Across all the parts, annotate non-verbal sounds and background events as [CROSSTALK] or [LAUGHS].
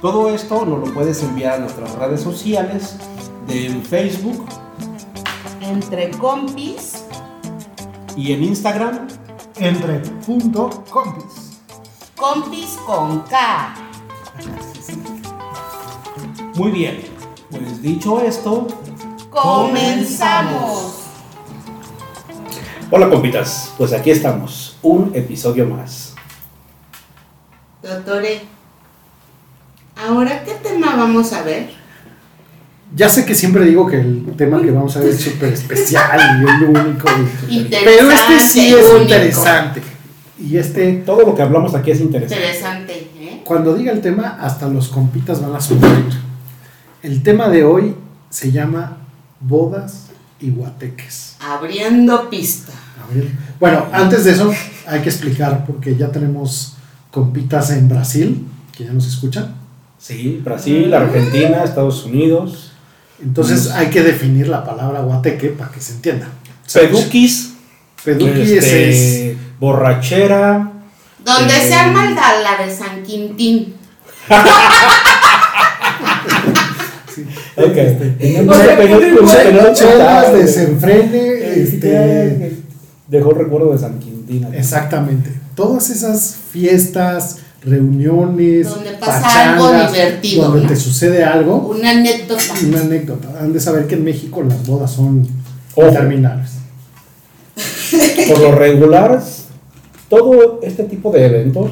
Todo esto nos lo puedes enviar a nuestras redes sociales de en Facebook Entre compis. y en Instagram Entre punto compis. Compis con K. Muy bien, pues dicho esto, Comenzamos. Hola compitas, pues aquí estamos, un episodio más. Doctore, ¿ahora qué tema vamos a ver? Ya sé que siempre digo que el tema que vamos a ver es súper especial y es lo único. y- Interesante, Pero este sí es único. interesante. Y este, Todo lo que hablamos aquí es interesante. Interesante, ¿eh? cuando diga el tema, hasta los compitas van a sonreír. El tema de hoy se llama bodas y guateques. Abriendo pista. A ver, Bueno, antes de eso hay que explicar porque ya tenemos compitas en Brasil, que ya nos escuchan. Sí, Brasil, Argentina, Estados Unidos, Entonces hay que definir la palabra guateque para que se entienda. Peduquis, Peduqui es- es este, borrachera, Donde Este. Eh. se arma el da- la de San Quintín. Ok. Tenemos Oye, oye, películas que este, no oye, chelas, oye, desenfrene, este, este, Dejó el recuerdo de San Quintín. aquí. exactamente. Todas esas fiestas, reuniones, Donde pasa algo pachangas, divertido, donde ¿no? te sucede algo, Una anécdota. una anécdota. Han de saber que en México las bodas son Ojo. interminables. Por lo regular, todo este tipo de eventos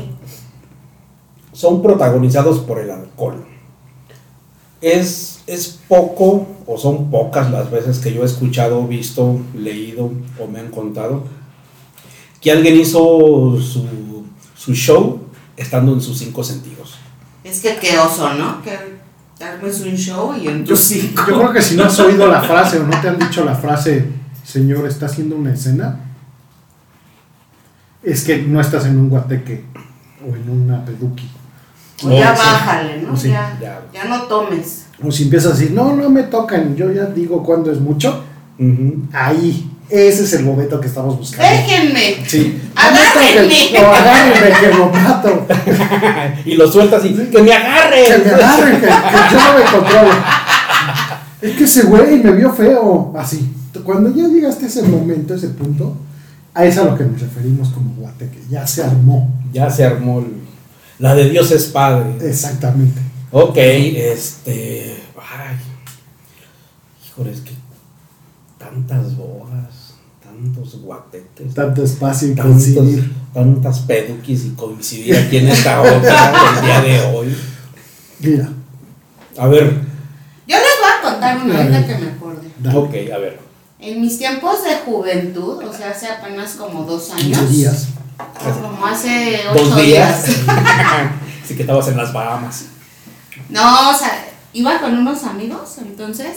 son protagonizados por el alcohol. Es, es poco o son pocas las veces que yo he escuchado, visto, leído o me han contado que alguien hizo su, su show estando en sus cinco sentidos. Es que qué oso, ¿no? Que darles un show y en Yo tus sí, cinco. yo creo que si no has oído la frase o no te han dicho la frase, señor, está haciendo una escena, es que no estás en un guateque o en una peduqui. O ya Oh, sí. bájale, ¿no? Sí, ya, ya. ya no tomes. O si empiezas a decir, no, no me tocan, yo ya digo cuándo es mucho, ahí, ese es el momento que estamos buscando. Déjenme. Sí. Agárrenme. No, agárrenme, que lo mato. Y lo sueltas y ¡que me agarre! Que me agarren, que, que yo no me controlo. Es que ese güey me vio feo, así. Cuando ya llegaste a ese momento, a ese punto, a eso a lo que nos referimos como guateque, ya se armó. Ya se armó el- la de Dios es Padre. Exactamente. Ok, este. Ay. Híjole, es que. Tantas bodas, tantos guatetes, Tanto espacio y tantos- coincidir. tantas peduquis y coincidir aquí en esta otra el día de hoy. Mira, A ver, Yo les voy a contar una A ahorita ver. que me acuerde. dale. ok, a ver. En mis tiempos de juventud, o sea, hace apenas como dos años. 15 días. Como hace ocho Dos días. días. [LAUGHS] Así que estabas en las Bahamas. No, o sea, iba con unos amigos, entonces,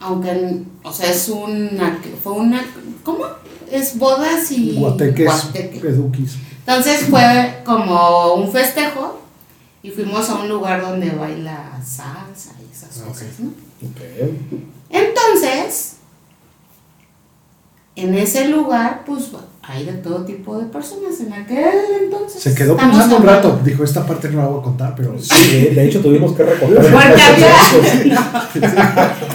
aunque, o sea, es una, fue una, ¿cómo? Es bodas y Guateques, guateque. peduquis. Entonces fue como un festejo y fuimos a un lugar donde baila salsa y esas Ah, ok. cosas, ¿no? Ok. Entonces, en ese lugar, pues hay de todo tipo de personas. En aquel entonces. Se quedó estamos pensando un hablando- rato. Dijo, esta parte no la voy a contar, pero Sí, de hecho tuvimos que recortar. Porque había- [LAUGHS]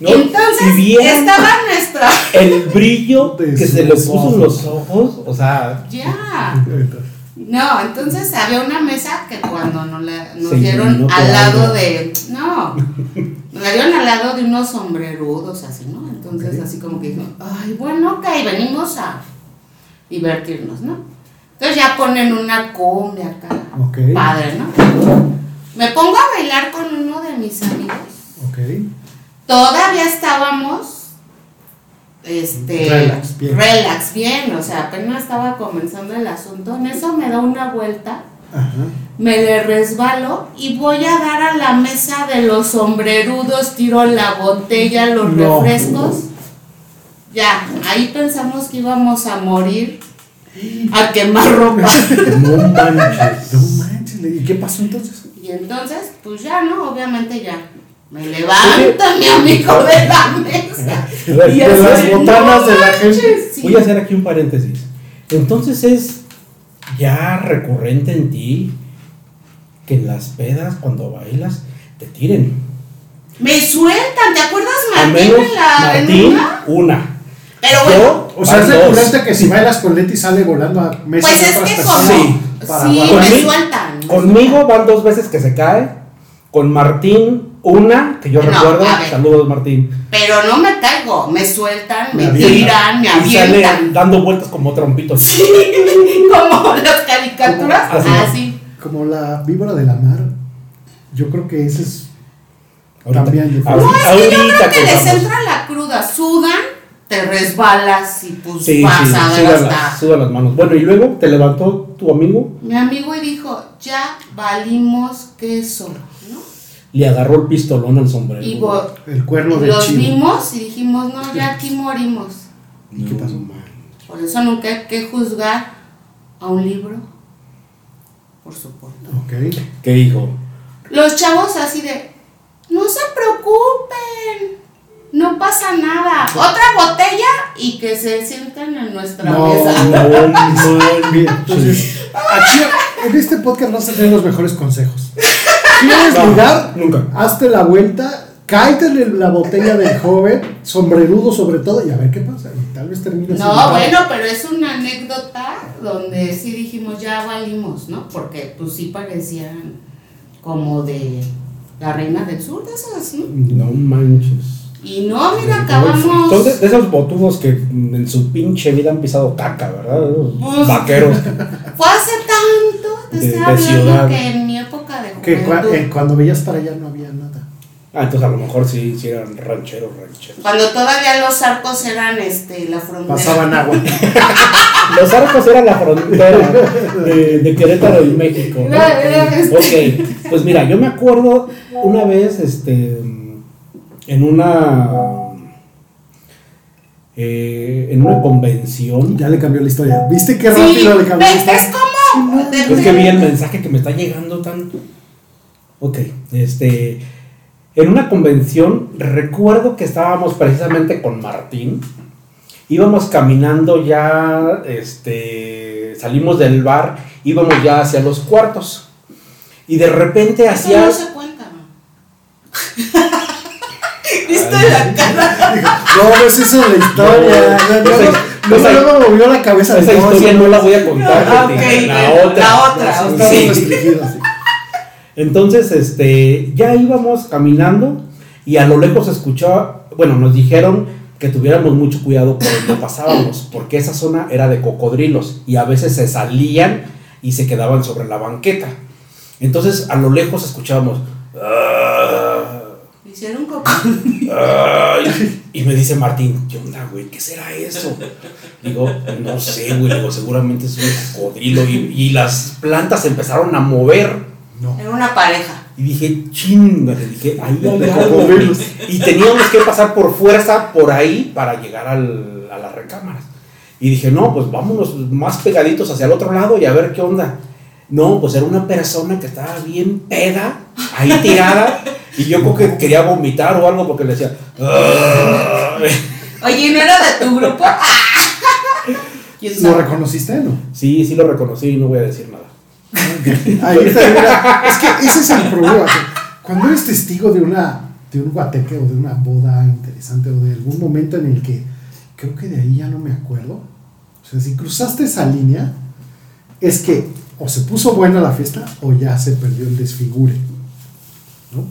No, Entonces, y vieron estaba nuestra. el brillo De que sus se le puso en ojos. los ojos, o sea, Ya. Entonces, No, entonces había una mesa que cuando nos, la, nos Se dieron llenó al toda lado la- de. No, nos la dieron al lado de unos sombrerudos, así, ¿no? Entonces, así como que dijeron, ay, bueno, ok, venimos a divertirnos, ¿no? Entonces ya ponen una cumbia acá, Ok. padre, ¿no? Me pongo a bailar con uno de mis amigos. Ok. Todavía estábamos. Este, Relax, bien. relax, bien, o sea, apenas estaba comenzando el asunto. En eso me da una vuelta Ajá. me le resbalo y voy a dar a la mesa de los sombrerudos, tiro la botella, los No. refrescos. Ya, ahí pensamos que íbamos a morir a quemar ropa. No manches. No manches, le- ¿y qué pasó entonces? Y entonces, pues ya, ¿no? Obviamente ya. Me levanta mi amigo de la mesa. Y De así las botanas de la manches, gente. sí. Voy a hacer aquí un paréntesis. Entonces es ya recurrente en ti que en las pedas, cuando bailas, te tiren. Me sueltan, ¿te acuerdas, Al Martín, menos en la en Martín, una? una. Pero bueno, Yo, O sea, van es dos. recurrente que si bailas con Leti sale volando a mesas pues de es otras que como. personas. Sí, para sí guardar. me Conmigo- sueltan. me Conmigo van dos veces que se cae. Con Martín, una, que yo No, recuerdo. a ver. Saludos, Martín. Pero no me caigo, me sueltan, me, Me tiran, me Y sale avientan. [LAUGHS] dando vueltas como trompitos. Como las caricaturas, Así. así. Como la víbora de la mar. Yo creo que ese es. Ahorita- También, yo creo. ahorita- No, Es que yo creo ahorita que les contamos. entra la cruda, sudan, te resbalas y pues Sí, sí, pasa, sudan ¿verdad? las, sudan las manos. Bueno, y luego te levantó tu amigo, Mi amigo y dijo, ya valimos queso, ¿no? le agarró el pistolón al sombrero. Y vo- El cuerno del los chivo. vimos y dijimos, no, ya aquí morimos. ¿Y qué pasó? Por eso nunca hay que juzgar a un libro, por supuesto. Ok. ¿Qué dijo? Los chavos así de, no se preocupen, no pasa nada. Otra botella y que se sientan en nuestra No. mesa. No manches. Mira, entonces, aquí en este podcast vas a tener los mejores consejos. ¿Quieres No, ligar? nunca. Hazte la vuelta, cáete en la botella del joven, sombrerudo sobre todo, y a ver qué pasa. Y tal vez termines. No, invitado. bueno, pero es una anécdota donde sí dijimos, ya valimos, ¿no? Porque pues sí parecían como de la reina del sur, de esas, ¿no? No manches. Y no, mira, acabamos... Son de, de esos botudos que en su pinche vida han pisado caca, ¿verdad? Esos Pues- Vaqueros. Fue hace tanto, te De- estoy de hablando ciudad. que en mi época de Que cua- juventud... eh, cuando veías para allá no había nada. Ah, entonces a lo mejor sí, sí eran rancheros, rancheros. Cuando todavía los arcos eran este, la frontera. [LAUGHS] Pasaban agua. Los arcos eran la frontera de, de Querétaro y México. ¿no? Era- era este. Ok, pues mira, yo me acuerdo una vez este, en una. eh, en una convención. Ya le cambió la historia. ¿Viste qué rápido Sí, le cambió la ¿ves? Es historia? como. de- Es que vi el mensaje que me está llegando tan. Ok, este. En una convención, recuerdo que estábamos precisamente con Martín. Íbamos caminando ya, este. Salimos del bar, íbamos ya hacia los cuartos. Y de repente Eso hacia. no se cuenta. [LAUGHS] ¿Viste la cara? No, no es eso la historia. No, no, Esa- no, esa- no, no, me movió la cabeza. Esa de todo. historia no la voy a contar. Ah, Leti, ok, bueno, la otra, No, ok. estamos Sí. restringidos. Entonces, este, ya íbamos caminando y a lo lejos escuchaba, bueno, nos dijeron que tuviéramos mucho cuidado por donde pasábamos, porque esa zona era de cocodrilos y a veces se salían y se quedaban sobre la banqueta. Entonces, a lo lejos escuchábamos "Ah, Me Hicieron coco. ah", y me dice Martín, ¿qué onda, güey? ¿Qué será eso? Digo, no sé, güey, digo, seguramente es un cocodrilo y, y las plantas se empezaron a mover. No. Era una pareja. Y dije, chinga, le dije, ahí hay De algo, cocodrilos. güey". Y teníamos que pasar por fuerza por ahí para llegar al- a las recámaras. Y dije, no, pues vámonos más pegaditos hacia el otro lado y a ver qué onda. No, pues era una persona que estaba bien peda, ahí tirada. y yo creo que quería vomitar o algo porque le decía, "Ah". Oye, ¿y ¿no era de tu grupo? [LAUGHS] ¿Quién ¿Lo sabe? reconociste? No. sí, sí lo reconocí y no voy a decir nada. Ahí está, mira, es que ese es el problema. que Cuando eres testigo de una de un guateque o de una boda interesante o de algún momento en el que creo que de ahí ya no me acuerdo. O sea, si cruzaste esa línea, es que o se puso buena la fiesta o ya se perdió el desfigure. ¿no?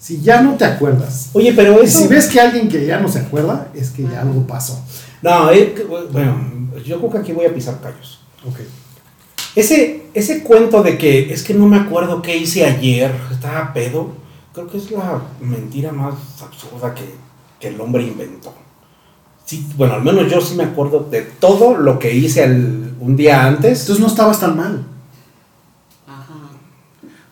Si ya no te acuerdas, Oye, pero y eso. si ves que alguien que ya no se acuerda, es que ya algo pasó. No, eh, que- bueno, yo creo que aquí voy a pisar callos. Ok. Ese, ese cuento de que es que no me acuerdo qué hice ayer, estaba pedo, creo que es la mentira más absurda que, que el hombre inventó. Sí, bueno, al menos yo sí me acuerdo de todo lo que hice al- un día antes. Entonces no estabas tan mal. Ajá.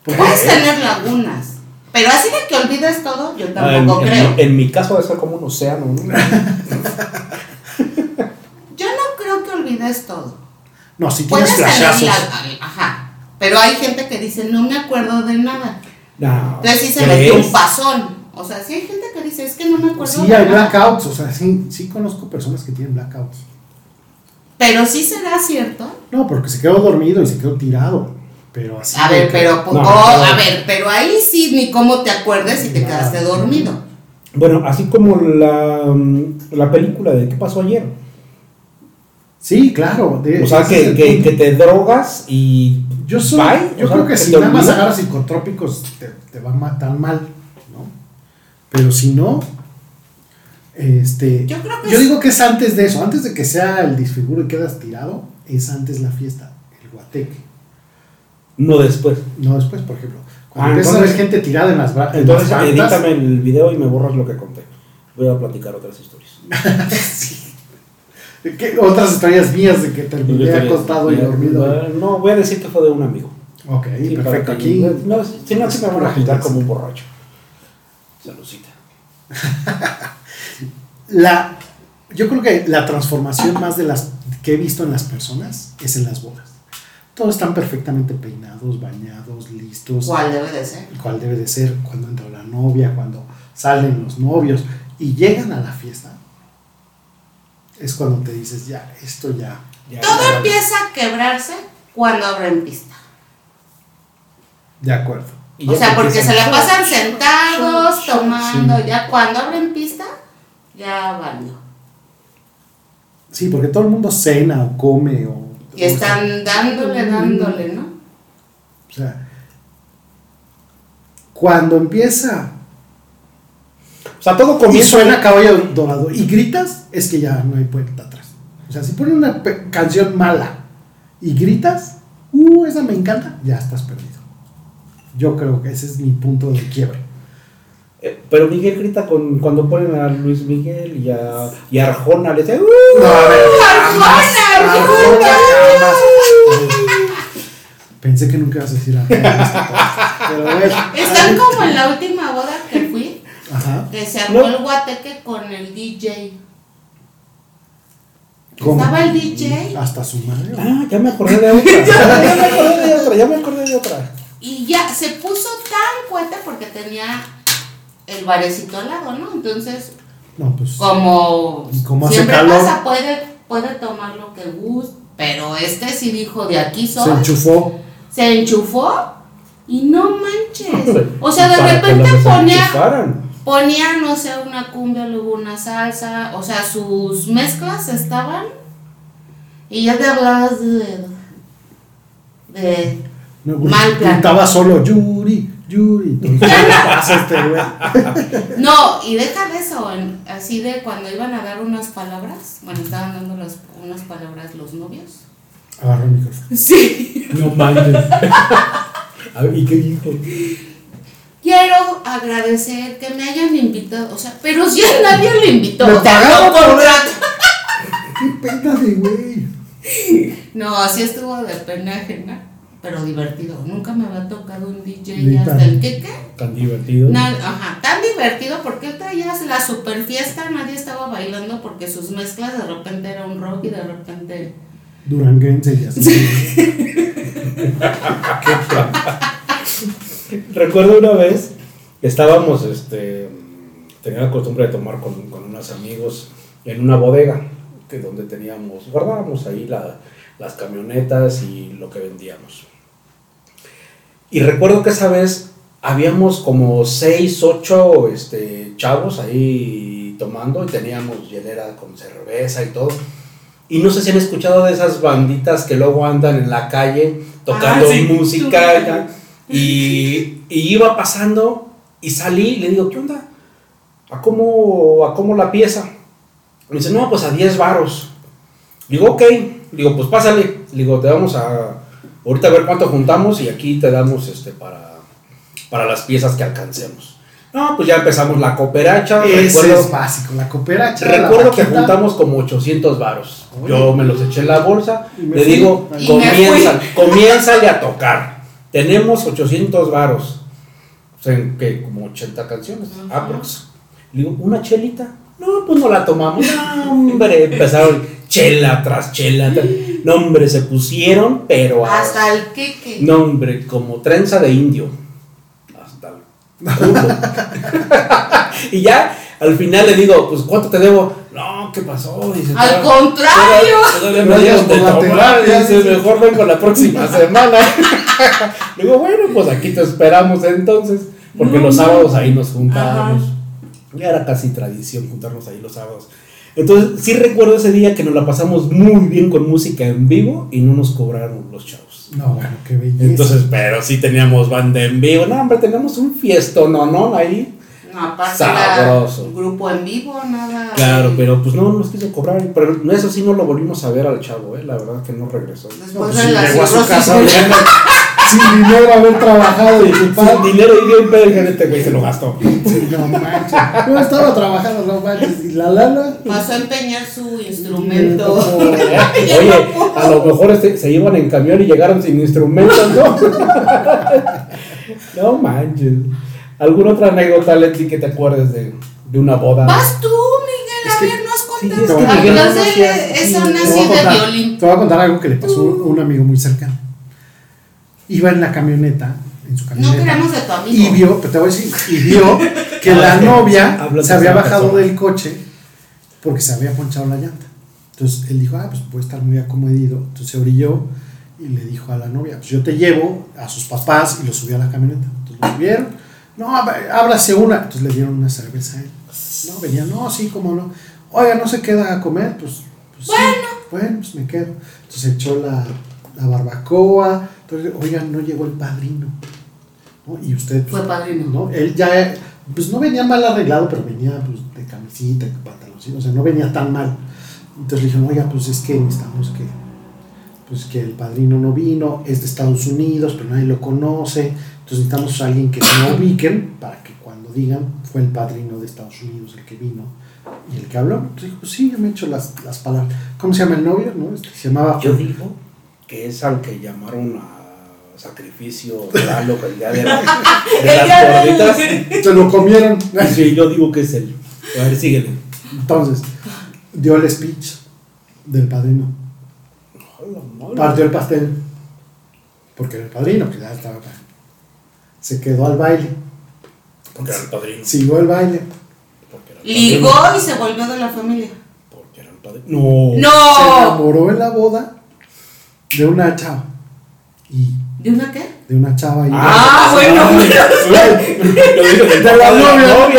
Porque- Puedes Eh, tener lagunas. Pero así de que olvides todo, yo Ah, en, tampoco en- creo. Pues en mi caso debe ser como un océano. ¿no? Yo no creo que olvides todo. No, si Puedes tienes tener flashazos. la- Ajá. Pero hay gente que dice, no me acuerdo de nada. No, Entonces sí se ¿crees? metió un pasón. O sea, sí hay gente que dice, es que Pues no me acuerdo Sí, de hay nada. blackouts. O sea, sí, sí conozco personas que tienen blackouts. Pero sí será cierto. No, porque se quedó dormido y se quedó tirado. Pero así. A ver, de que- pero po- No, oh, no. a ver, pero ahí sí ni cómo te acuerdes si te Nada. quedaste dormido. Bueno, así como la, mm, la película de ¿Qué pasó ayer? Sí, claro. de- O sea, ese es que, el que- punto. que te drogas y Yo, soy- Bye, yo o sea, creo que ¿te si nada más olvidas? agarras psicotrópicos te, te va a matar mal, ¿no? Pero si no, este. Yo creo que yo es- digo que es antes de eso, antes de que sea el disfiguro y quedas tirado, es antes la fiesta, el guateque. no después. No después, por ejemplo. Cuando Ah, empiezas entonces- a ver gente tirada en las bra- en Entonces las bandas, edítame el video y me borras lo que conté. Voy a platicar otras [LAUGHS] historias. ¿qué- otras historias mías de que terminé acostado y dormido. No, voy a decir que fue de un amigo. Ok, Sí, perfecto. para que- Aquí No, si si no, sí me van a agitar como un borracho. Salucita. la yo creo que la transformación más de las que he visto en las personas es en las bodas. Todos están perfectamente peinados, bañados, listos. ¿Cuál debe de ser? Cuál debe de ser, cuando entra la novia, cuando salen los novios y llegan a la fiesta. Es cuando te dices, ya, esto ya. Ya, Todo ya. empieza a quebrarse cuando abren pista. De acuerdo. Y O ya sea, te porque se empiezan- la pasan sentados, tomando, Sí. ya cuando abren pista, ya baño. Sí, porque todo el mundo cena o come o. Y están dándole, dándole, ¿no? O sea, cuando empieza O sea, todo y comienza. suena caballo dorado y gritas, es que ya no hay puerta atrás. O sea, si ponen una pe- canción mala y gritas, uh, esa me encanta, ya estás perdido. Yo creo que ese es mi punto de [LAUGHS] quiebre. Eh, Pero Miguel grita con, cuando ponen a Luis Miguel y a, y a Arjona. Le dice, "Uh". ¡Arjona! Arjona, jamás. Pensé que nunca ibas a decir Arjona en este podcast, pero bueno. Están como en la última boda que fui, Ajá. que se armó No. el guateque con el DJ. ¿Cómo? Estaba el DJ Hasta su madre. Ah, ya me acordé [LAUGHS] de otra. ya me acordé de otra, ya me acordé de otra. y ya se puso tan cuenta porque tenía el barecito al lado, ¿no? Entonces, No, pues. como, Y como hace siempre calor. pasa, puede, puede tomar lo que guste, pero este sí dijo, de aquí soy. Se enchufó. se enchufó y no manches. O sea, Y de para que repente los ponía, desenchufaran. ponía, no sé, una cumbia, luego una salsa. O sea, sus mezclas estaban y ya te hablabas de. de No, Mal plan. Estaba solo Yuri, Yuri. Entonces, ¿qué le pasa a este güey? no, y deja de eso, en- así de cuando iban a dar unas palabras, bueno, estaban dando las- unas palabras los novios. Agarró el micrófono. Sí. No [LAUGHS] manches. A ver, ¿y qué dijo? Quiero agradecer que me hayan invitado, o sea, pero si a nadie le invitó, Me o sea, pagaron no por contrato. Qué pena de güey. No, así estuvo de pena ajena, pero divertido. Nunca me había tocado un DJ Ni hasta tan- el que qué. Tan divertido. Na- ajá, tan divertido porque él traía la super fiesta, nadie estaba bailando porque sus mezclas de repente era un rock y de repente. Duranguense y así. Recuerdo una vez, estábamos, este, tenía la costumbre de tomar con, con unos amigos en una bodega, que donde teníamos, guardábamos ahí la- las camionetas y lo que vendíamos. Y recuerdo que esa vez habíamos como seis, ocho este, chavos ahí tomando y teníamos hielera con cerveza y todo. Y no sé si han escuchado de esas banditas que luego andan en la calle tocando Ah, sí. música acá, y, y iba pasando y salí y le digo, ¿qué onda? ¿A cómo, ¿A cómo la pieza? Me dice, no, pues a 10 varos. Digo, ok. Digo, pues pásale. Digo, te vamos a... Ahorita a ver cuánto juntamos y aquí te damos este para, para las piezas que alcancemos. No, pues ya empezamos la cooperacha. Ese recuerdo- es básico, la cooperacha. la Recuerdo que vaquita. juntamos como 800 varos. Oye. Yo me los eché en la bolsa. Y me Le fui. digo, Y me comienza, comiénzale a tocar. Tenemos 800 varos. O sea, que como 80 canciones. Ajá. Aprox. Le digo, una chelita. No, pues no la tomamos. No, [LAUGHS] hombre, empezaron chela tras chela. tras- No, hombre, se pusieron, pero a- Hasta el queque. No, hombre, como trenza de indio. Hasta el culo. [LAUGHS] y ya, al final le digo, pues, ¿cuánto te debo? No, ¿qué pasó? Dice, Al "Todavía- contrario. todavía me Gracias dieron de por la tomar", terapia, dice, sí. mejor vengo [LAUGHS] la próxima semana. [LAUGHS] Le digo, bueno, pues aquí te esperamos entonces. Porque los sábados ahí nos juntábamos. Ya era casi tradición juntarnos ahí los sábados. Entonces, sí recuerdo ese día que nos la pasamos muy bien con música en vivo y no nos cobraron los chavos. No, bueno, qué belleza. Entonces, pero sí teníamos banda en vivo. No, hombre, teníamos un fiesto, no, no, ahí. No, aparte era Sabroso. un grupo en vivo, nada. Claro, pero pues no nos quiso cobrar. Pero eso sí no lo volvimos a ver al chavo, ¿eh? La verdad que no regresó. Después No, de sí, la llegó a su cirrosis. casa oliendo sin dinero haber trabajado de su Sin padre. dinero y bien pedo, dije, este güey se lo gastó. Sí, no manches. Yo estaba trabajando, no manches. Y la lana. Pasó a empeñar su instrumento. [LAUGHS] ¿eh? Oye, a lo mejor este- se iban en camión y llegaron sin instrumentos, ¿no? [LAUGHS] no manches. ¿Alguna otra anécdota, Leti, que te acuerdes de, de una boda? Vas tú, Miguel, a Es que- ver, nos sí, contaste. es que Miguel no Hablas de- hacía- esa sí, una Te voy, así a de contar, violín. te voy a contar algo que le pasó a un amigo muy cercano. Iba en la camioneta, en su No camioneta. queramos de tu amigo. y vio, pero te voy a decir, y vio que Ah, la es que novia hablas se de había esa bajado persona. del coche porque se había ponchado la llanta. Entonces él dijo, ah, pues puede estar muy acomedido. Entonces se orilló y le dijo a la novia, pues yo te llevo a sus papás y lo subí a la camioneta. Entonces lo subieron, no, ab- ábrase una. Entonces le dieron una cerveza a él. No, venía, no, sí, cómo no. Oiga, no se queda a comer, pues. pues bueno. bueno, pues me quedo. Entonces echó la, la barbacoa. Entonces, oiga, no llegó el padrino. ¿no? Y usted, pues, Fue padrino. ¿no? Él ya, pues no venía mal arreglado, pero venía pues, de camisita, con pantaloncito, o sea, no venía tan mal. Entonces le dijeron, oiga, pues es que necesitamos que, pues que el padrino no vino, es de Estados Unidos, pero nadie lo conoce, entonces necesitamos a alguien que no ubiquen para que cuando digan fue el padrino de Estados Unidos el que vino y el que habló. Entonces dijo, pues sí, yo me echo las, las palabras. ¿Cómo se llama el novio? No? Este, se llamaba... Yo digo que es al que llamaron a sacrificio oral el día de, la- de El día las de la- gorditas. Se lo comieron. [LAUGHS] Sí, yo digo que es él. A ver, síguele. Entonces, dio el speech del padrino. Partió el pastel. Porque era el padrino, que ya estaba acá. Se quedó al baile. Porque era el padrino. Siguió el baile. Porque era el Ligó padrino, y se volvió de la familia. Porque era el padrino. No. ¡Oh! Se ¡No! enamoró en la boda de una chava. Y ¿De una qué? de una chava y [LAUGHS] Ah, bueno, [LAUGHS] mira. Yo digo que De la novia. ¿no?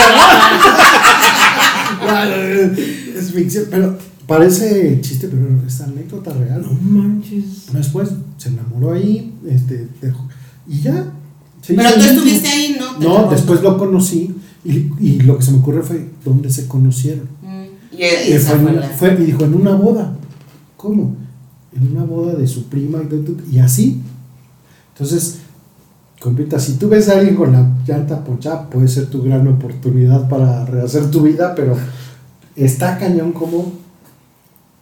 es ficción. Pero parece chiste, pero es anécdota real. No manches. Después se enamoró ahí. Este, dejó- y ya. Se Pero hizo tú íntimo. estuviste ahí, ¿no? Te No, tocó. después lo conocí. Y, y lo que se me ocurre fue dónde se conocieron. Mm, Y Y, esa Eh, fue en fue una- la- fue- y dijo, en una boda. ¿Cómo? En una boda de su prima y, tu, tu, y así. Entonces, compita, si tú ves a alguien con la llanta ponchada, puede ser tu gran oportunidad para rehacer tu vida, pero está cañón como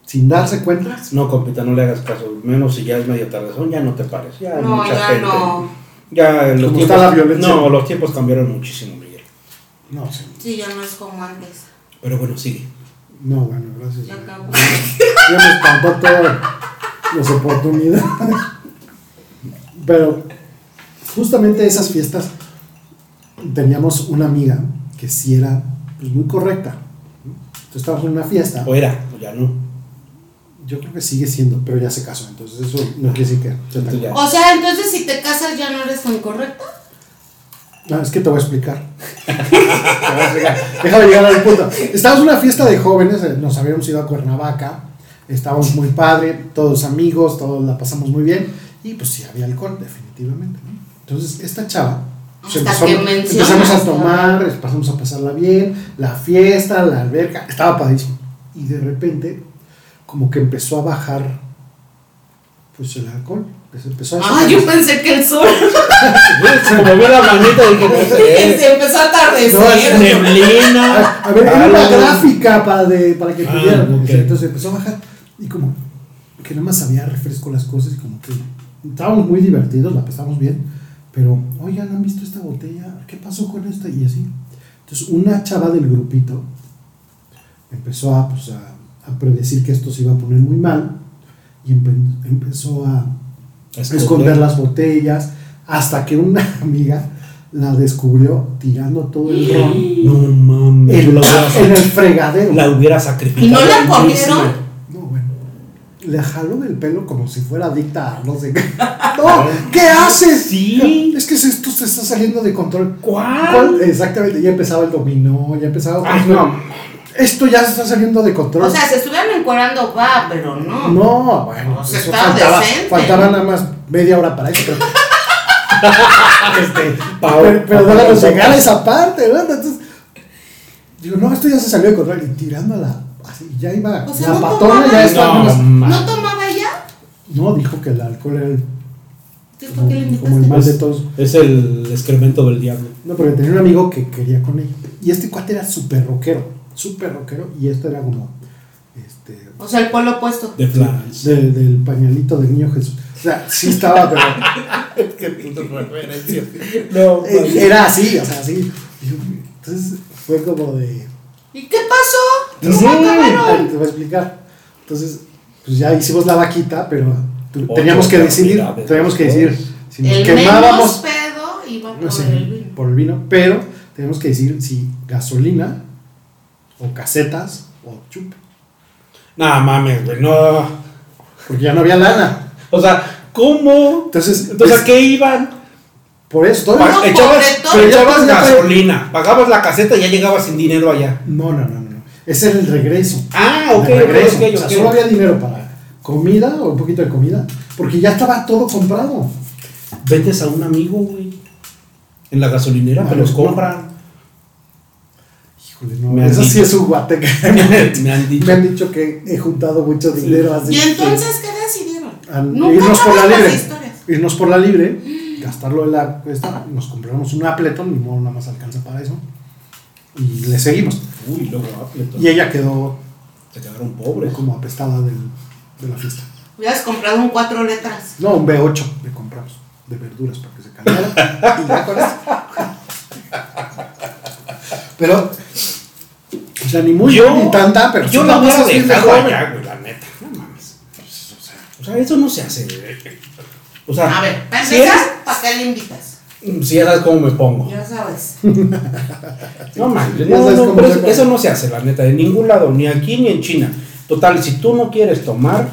sin darse cuenta. No, compita, no le hagas caso. Menos si ya es media tardezón, ya no te pares. Ya hay No, mucha ya gente. no. Ya los Como tiempos. está la violencia. No, los tiempos cambiaron muchísimo, Miguel. No, sí. Sí, ya no es como antes. Pero bueno, sigue. No, bueno, gracias. Ya acabó. Ya me espantó todas las oportunidades. Pero justamente esas fiestas teníamos una amiga que sí era pues, muy correcta. Entonces estábamos en una fiesta. O era, o ya no. Yo creo que sigue siendo, pero ya se casó. Entonces eso no quiere decir que... sea tan Ya. O sea, entonces si te casas ya no eres tan correcto. No, Ah, es que te voy a explicar. [LAUGHS] Te voy a explicar. Déjame llegar al punto. Estábamos en una fiesta de jóvenes, eh, nos habíamos ido a Cuernavaca, estábamos muy padre, todos amigos, todos la pasamos muy bien. Y pues sí había alcohol, definitivamente. ¿no? Entonces, esta chava, pues, Ah, Hasta empezó- que mencionas, empezamos a ¿no? tomar, empezamos a pasarla bien, la fiesta, la alberca, estaba padísimo. Y de repente, como que empezó a bajar, pues el alcohol. pues, empezó a Ah, yo pensé desaparecer. que el sol Se movió la manita y [LAUGHS] dije, se empezó a No, atardecer. es neblina. A a ver, era algo. una gráfica para, de, para que Ah, pudieran. ok. Entonces empezó a bajar y como que nada más había refresco las cosas y como que estábamos muy divertidos, la pasamos bien, pero oigan, ¿han visto esta botella? ¿Qué pasó con esta? Y así. Entonces una chava del grupito empezó a, pues, a, a predecir que esto se iba a poner muy mal y empe- empezó a esconder las botellas hasta que una [LAUGHS] amiga la descubrió tirando todo el ron No mames. en, la, hubiera, en el sac- fregadero. la hubiera sacrificado. ¿Y no la buenísimo. corrieron? No, bueno. Le jaló del pelo como si fuera adicta a no sé qué. [LAUGHS] ¡No! ¿Qué haces? Sí. Es que se- esto se está saliendo de control. ¿Cuál? Exactamente, ya empezaba el dominó, ya empezaba. Ay, no. Esto ya se está saliendo de control. O sea, se estuvieron encuerando, va, pero no. no, bueno, O sea, eso estaba faltaba, decente. faltaba nada más media hora para eso. Pero, este, [LAUGHS] Pa- pero, pero pa- déjanos pa- llegar a esa parte, ¿verdad? Entonces, digo, no, esto ya se salió de control. Y tirándola, así, ya iba. O sea, la no patona tomaba. ya estaba. No, ¿No mames. tomaba ya? No, dijo que el alcohol era el, Entonces, ¿por como, qué le como el invitaste? mal de todos. Es el excremento del diablo. No, porque tenía un amigo que quería con ella. Y este cuate era súper rockero, súper rockero. Y este era como este, O sea, el polo opuesto. De Flans. del, del pañalito del niño Jesús. O sea, sí [LAUGHS] estaba, pero [LAUGHS] No, pues, eh, era así, o sea, así. Entonces fue como de. ¿Y qué pasó? ¿Cómo Sí, acabaron? Te voy a explicar. Entonces, pues ya hicimos la vaquita, pero tu- Ocho teníamos que decidir. probabilidades. Teníamos que decidir. Si nos El menos quemábamos pedo iba por No sé, el vino. por el vino, pero tenemos que decir si gasolina o casetas o chupe, Nah, mames, güey, no. porque ya no había lana. O sea, ¿cómo? Entonces, Entonces, pues, ¿a qué iban? por eso todo- Pa- No, echabas pobretón. pero Ya echabas tenía- gasolina, pagabas la caseta y ya llegabas sin dinero allá. No, no, no, no, no. Ese era el regreso. Ah, El ok, ok, regreso. ok, O sea, ok. solo había dinero para comida o un poquito de comida, porque ya estaba todo comprado. Vendes a un amigo, güey. En la gasolinera A te los los compran. Híjole, no, Me han eso sí dicho. es un [LAUGHS] guateque. Me han Me dicho. han dicho que he juntado mucho dinero así. ¿Y entonces qué decidieron? a Nunca irnos por la acabamos las libre. historias. Mm. Irnos por la libre, gastarlo de la cuesta, nos compramos un Appleton, ni modo nada más alcanza para eso. Y le seguimos. Uy, luego Appleton. Y ella quedó Se quedaron pobres. como apestada del- de la fiesta. Hubieras comprado un cuatro letras. No, un B8 le compramos de verduras para que se [LAUGHS] calmara. y ya con eso. Pero, o sea, ni muy Yo- bien ni tanta, pero Yo sí la la hubiera pasas bien de dejado joven. allá, güey, la neta. No mames. O sea, o sea, eso no se hace. güey. O sea, A ver, para si eres- empezar, ¿para qué le invitas? Mm, sí, ya sabes cómo me pongo. Ya sabes. No mames, Ya no, sabes no, cómo pero se eso, pone. eso no se hace, la neta, de ningún lado, ni aquí ni en China. Total, si tú no quieres tomar,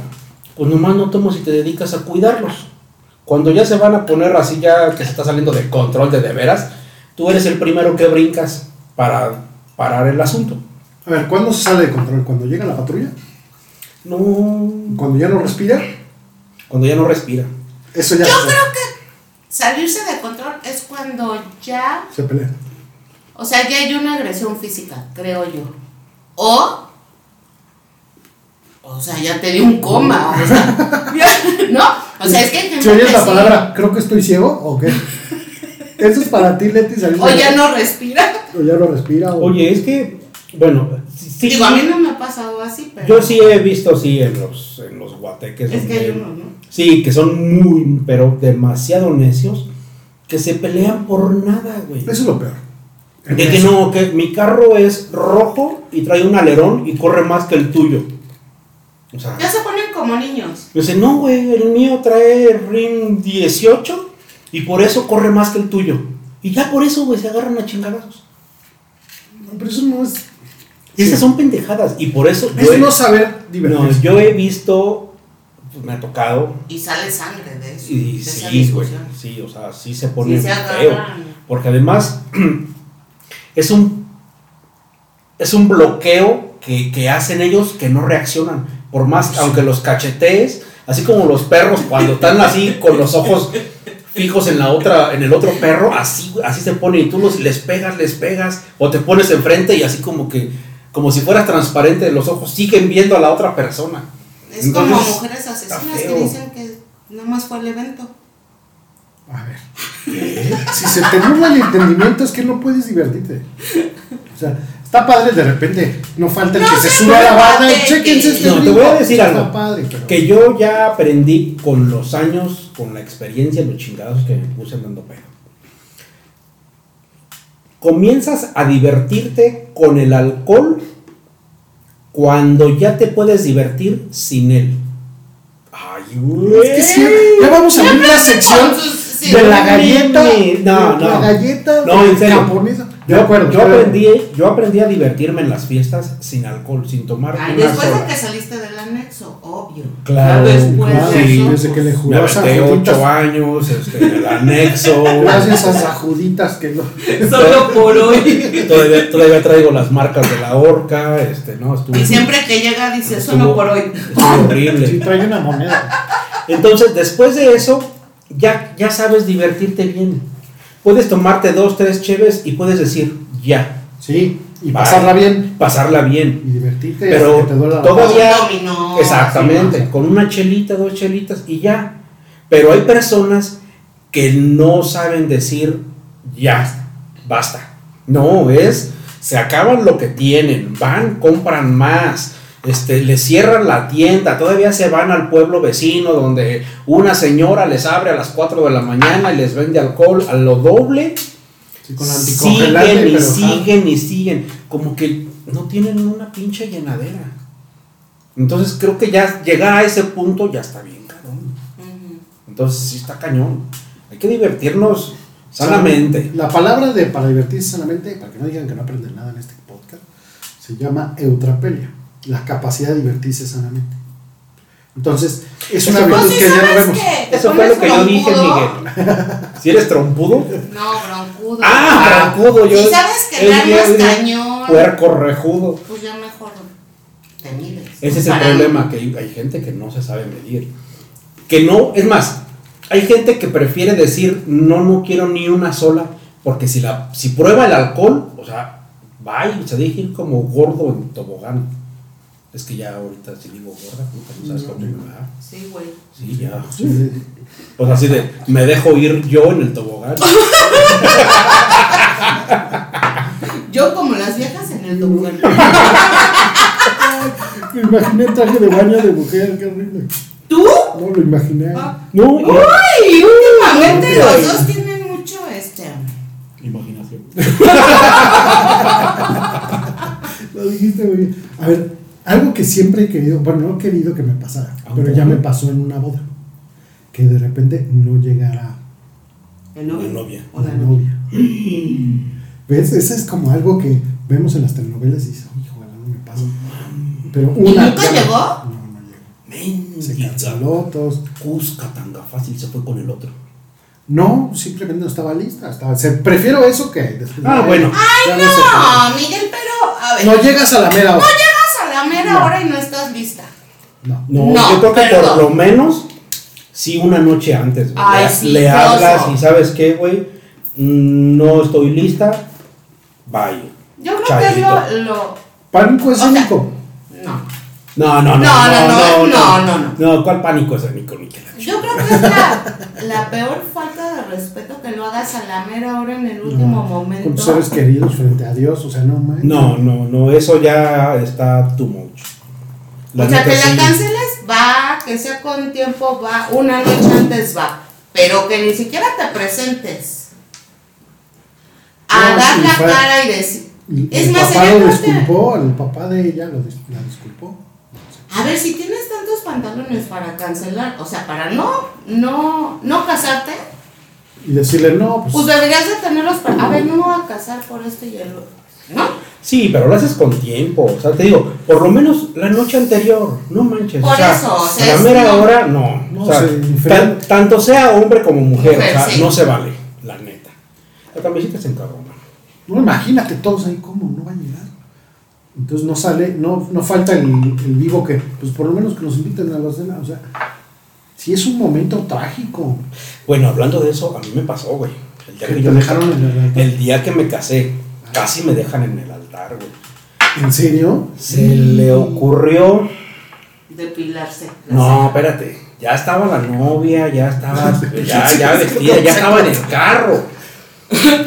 pues nomás no tomas y te dedicas a cuidarlos. Cuando ya se van a poner así, ya que se está saliendo de control de de veras, tú eres el primero que brincas para parar el asunto. A ver, ¿cuándo se sale de control? ¿Cuando llega la patrulla? No, ¿Cuando ya no respira? cuando ya no respira. Eso ya Yo se- creo que salirse de control es cuando ya, se pelea. o sea, ya hay una agresión física, creo yo. O, o sea, ya te dio un coma. O sea, ya- ¿No? O sea, es que hay gente Si oyes que la sí. palabra, creo que estoy ciego, [LAUGHS] ¿o qué? Eso es para ti, Leti, salir O de- ya no respira. O ya no respira. O... Oye, es que, bueno, sí, Digo, a mí no me ha pasado así, pero. yo sí he visto, sí, en los, en los guateques. Es que hay donde- uno, ¿no? Sí, que son muy, pero demasiado necios, que se pelean por nada, güey. Eso es lo peor. De que no, que mi carro es rojo y trae un alerón y corre más que el tuyo. O sea, Ya se ponen como niños. me dice, no, güey, el mío trae RIM 18 y por eso corre más que el tuyo. Y ya por eso, güey, se agarran a chingadazos. No, Pero eso no es. Y esas son pendejadas. Y por eso, yo Es he, no saber no, divertirse. yo he visto, pues, me ha tocado, Y sale sangre de eso. y de esa sí, güey, discusión. sí, o sea, sí se pone Sí, se feo. agarran. Porque además [CLEARS THROAT] es un es un bloqueo que, que hacen ellos que no reaccionan. Por más, aunque los cachetees, Así como los perros cuando están así con los ojos fijos en la otra, en el otro perro, así, así se pone y tú los, les pegas, les pegas, o te pones enfrente y así como que, como si fueras transparente, los ojos siguen viendo a la otra persona. Es Entonces, como mujeres está asesinas feo. que dicen que nada más fue el evento. A ver. Si se te burla el entendimiento es que no puedes divertirte. O sea, está padre de repente. No falta el No que se seas suba a la barda y patético. chequense este No, te brinco. voy a decir Está algo. padre, pero- Que yo ya aprendí con los años, con la experiencia, los chingados que me puse andando pedo. Comienzas a divertirte con el alcohol cuando ya te puedes divertir sin él. Ay, güey. Es que sí, ya vamos a abrir la sección Con sus- sí. de la galleta. La No, no. galleta No, en serio. japonesa. Yo, De acuerdo, yo pero- aprendí, yo aprendí a divertirme en las fiestas sin alcohol, sin tomar Ay, una después de sola. que saliste del anexo, obvio. Claro, Ya después claro, de sí, eso, desde que le pues, Me Jugosa, aventé juntas. ocho años, este, [LAUGHS] el anexo. Gracias a esas juditas que no. pues, Solo por hoy. Todavía, todavía traigo las marcas de la horca, este, no, estuvo, Y siempre que llega dice, Estuvo- solo por hoy. estuvo Sí, horrible. trae una moneda. Entonces, después de eso, ya, ya sabes divertirte bien. Puedes tomarte dos, tres cheves y puedes decir, ya, Sí, y Vale. pasarla bien. pasarla bien. Y divertirte. Pero hasta que te duela la todo- Todavía- Un dominó, Exactamente, con una chelita, dos chelitas y ya. Pero hay personas que no saben decir ya, basta. No, es, se acaban lo que tienen, van, compran más, este, le cierran la tienda, todavía se van al pueblo vecino donde una señora les abre a las 4 de la mañana y les vende alcohol a lo doble Sí, con anticongelante. siguen y pero- siguen y siguen. Como que no tienen una pinche llenadera. Entonces creo que ya llegar a ese punto ya está bien, cabrón. Ujú. Entonces sí está cañón. Hay que divertirnos sanamente. La palabra de para divertirse sanamente, para que no digan que no aprenden nada en este podcast, se llama eutrapelia, la capacidad de divertirse sanamente. Entonces, es una Eso virtud Pues sí, que ya no ¿sabes vemos. qué? ¿Te Eso fue lo pones que yo dije, broncudo? Miguel. Si eres trompudo. No, broncudo. Ah, broncudo, yo. Y sabes que el el día alma es de- cañón. Puerco rejudo. Pues ya mejor te mides. Ese es el Para- problema, que hay, hay gente que no se sabe medir. Que no, es más, hay gente que prefiere decir, no, no quiero ni una sola, porque si, la, si prueba el alcohol, o sea, vaya, se deja ir como gordo en tobogán. Es que ya ahorita si digo gorda, puta, no sabes cómo me va. Sí, güey. Sí, ya. Sí. Pues así de, me dejo ir yo en el tobogán. Yo como las viejas en el lugar. [LAUGHS] Me imaginé traje de baño de mujer, qué horrible. ¿Tú? No lo imaginé. Ah. No, ¡Uy! Últimamente no, los no. dos tienen mucho este. Imaginación. Lo dijiste muy bien. A ver, algo que siempre he querido, bueno, no he querido que me pasara, Ah, pero bueno. ya me pasó en una boda. Que de repente no llegara El La novia. una Una novia. novia. ¿Ves? Ese es como algo que vemos en las telenovelas y dices, hijo, ojalá no me pasa. Pero una. nunca ya- llegó? No, no llegó. Se canceló todos. Cusca tanga fácil, se fue con el otro. No, simplemente no estaba lista. Estaba, se, prefiero eso que después. Ah, bueno. Ya no sé. No, Miguel, pero a ver, No llegas a la mera hora. llegas a la mera hora y no estás lista. No. No, No, yo creo que perdón. por lo menos sí una noche antes, güey. Ay, le, sí, le qué hablas oso. y sabes qué, güey, Mm, no estoy lista, vaya. Yo creo que es lo, lo- Pánico es O sea, único. No. No, no, no, No, no, no, no, no, No, ¿cuál pánico es Nico Miquel? Yo creo que es [LAUGHS] la, la peor falta de respeto que lo hagas a la mera hora en el último momento. Con tus seres queridos frente a Dios. O sea, no man. No, no, no, eso ya está too much. o sea, neta, que sí. la canceles, va, que sea con tiempo, va, una noche antes, va. Pero que ni siquiera te presentes. A No, dar sí, la fue- cara y decir. Y Es el más, papá ella lo creo que- disculpó, el papá de ella lo dis- la disculpó. A ver, si tienes tantos pantalones para cancelar, o sea, para no, no, no casarte, Y decirle, no, pues. pues deberías de tenerlos para, a ver, no me voy a casar por esto y el otro, ¿no? Sí, pero lo haces con tiempo, o sea, te digo, por lo menos la noche anterior, no manches. Por o sea, eso, o sea, a la es- mera no. hora, no. No, o sea, se tan- diferente. tanto sea hombre como mujer, Mujer, o sea, sí. no se vale, la neta. La camiseta se encabrona. No, imagínate todos ahí cómo no va a llegar. Entonces no sale, no, no falta el, el vivo que, pues por lo menos que nos inviten a los de la, o sea, Sí, es un momento trágico. Bueno, hablando de eso, a mí me pasó, güey. El día Que que, te yo me- dejaron en el altar. el día que me casé, casi me dejan en el altar, güey. ¿En serio? Se le ocurrió. Depilarse. la No, espérate. Ya estaba la novia, ya estaba, ya, ya vestida, ya estaba en el carro.